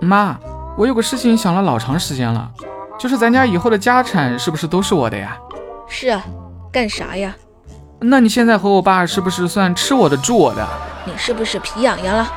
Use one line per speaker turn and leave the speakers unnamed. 妈，我有个事情想了老长时间了，就是咱家以后的家产是不是都是我的呀？
是啊，干啥呀？
那你现在和我爸是不是算吃我的住我的？
你是不是皮痒痒了？